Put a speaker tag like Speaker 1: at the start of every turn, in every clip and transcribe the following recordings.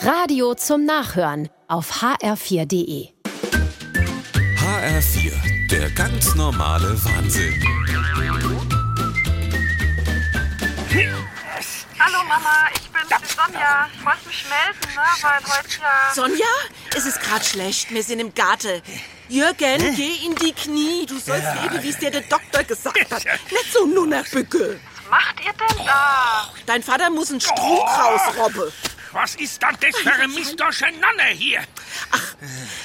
Speaker 1: Radio zum Nachhören auf hr4.de.
Speaker 2: HR4, der ganz normale Wahnsinn.
Speaker 3: Hallo Mama, ich bin die Sonja. Ich wollte mich melden, ne, weil heute ja...
Speaker 4: Sonja, es ist gerade schlecht. Wir sind im Garten. Jürgen, geh in die Knie. Du sollst leben, wie es dir der Doktor gesagt hat. Nicht so nur nach Bücke.
Speaker 3: Was macht ihr denn da?
Speaker 4: Dein Vater muss einen Strunk rausrobben.
Speaker 5: Was ist denn das für ein Mistdurcheinander hier?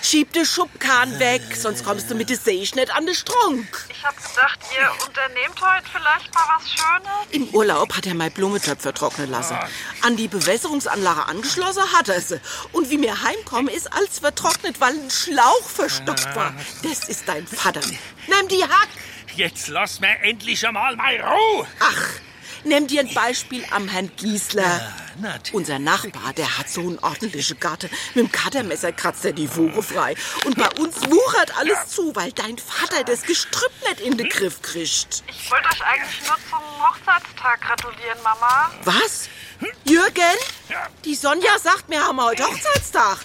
Speaker 4: Schieb den Schubkahn weg, sonst kommst du mit der Seesch nicht an den Strunk.
Speaker 3: Ich hab gedacht, ihr unternehmt heute vielleicht mal was Schönes.
Speaker 4: Im Urlaub hat er meine Blumentöpfe trocknen lassen. An die Bewässerungsanlage angeschlossen hat er sie. Und wie mir heimkommen ist alles vertrocknet, weil ein Schlauch verstopft war. Das ist dein Vater. Nimm die Hack.
Speaker 5: Jetzt lass mir endlich einmal meine Ruhe.
Speaker 4: Ach, nimm dir ein Beispiel am Herrn Giesler.
Speaker 5: natürlich.
Speaker 4: Unser Nachbar, der hat so einen ordentlichen Garten. Mit dem Katermesser kratzt er die Wuche frei. Und bei uns wuchert alles zu, weil dein Vater das Gestrüpp nicht in den Griff kriegt.
Speaker 3: Ich wollte euch eigentlich nur zum Hochzeitstag gratulieren, Mama.
Speaker 4: Was? Jürgen? Die Sonja sagt, wir haben heute Hochzeitstag.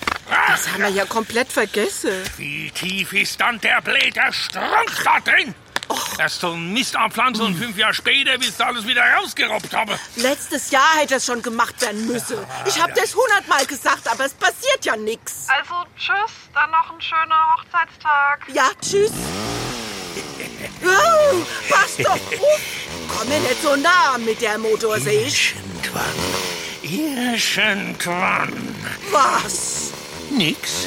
Speaker 4: Das haben wir ja komplett vergessen.
Speaker 5: Wie tief ist dann der bläder Strunk da drin? Erst so ein Mist anpflanzen und fünf Jahre später willst du alles wieder rausgerobbt haben.
Speaker 4: Letztes Jahr hätte das schon gemacht werden müssen. Ich habe das hundertmal gesagt, aber es passiert ja nichts.
Speaker 3: Also tschüss, dann noch einen schönen Hochzeitstag.
Speaker 4: Ja, tschüss. Oh, pass doch auf. Komm mir nicht so nah mit der Motorsäge.
Speaker 5: Irgendwann. Irgendwann.
Speaker 4: Was?
Speaker 5: Nix.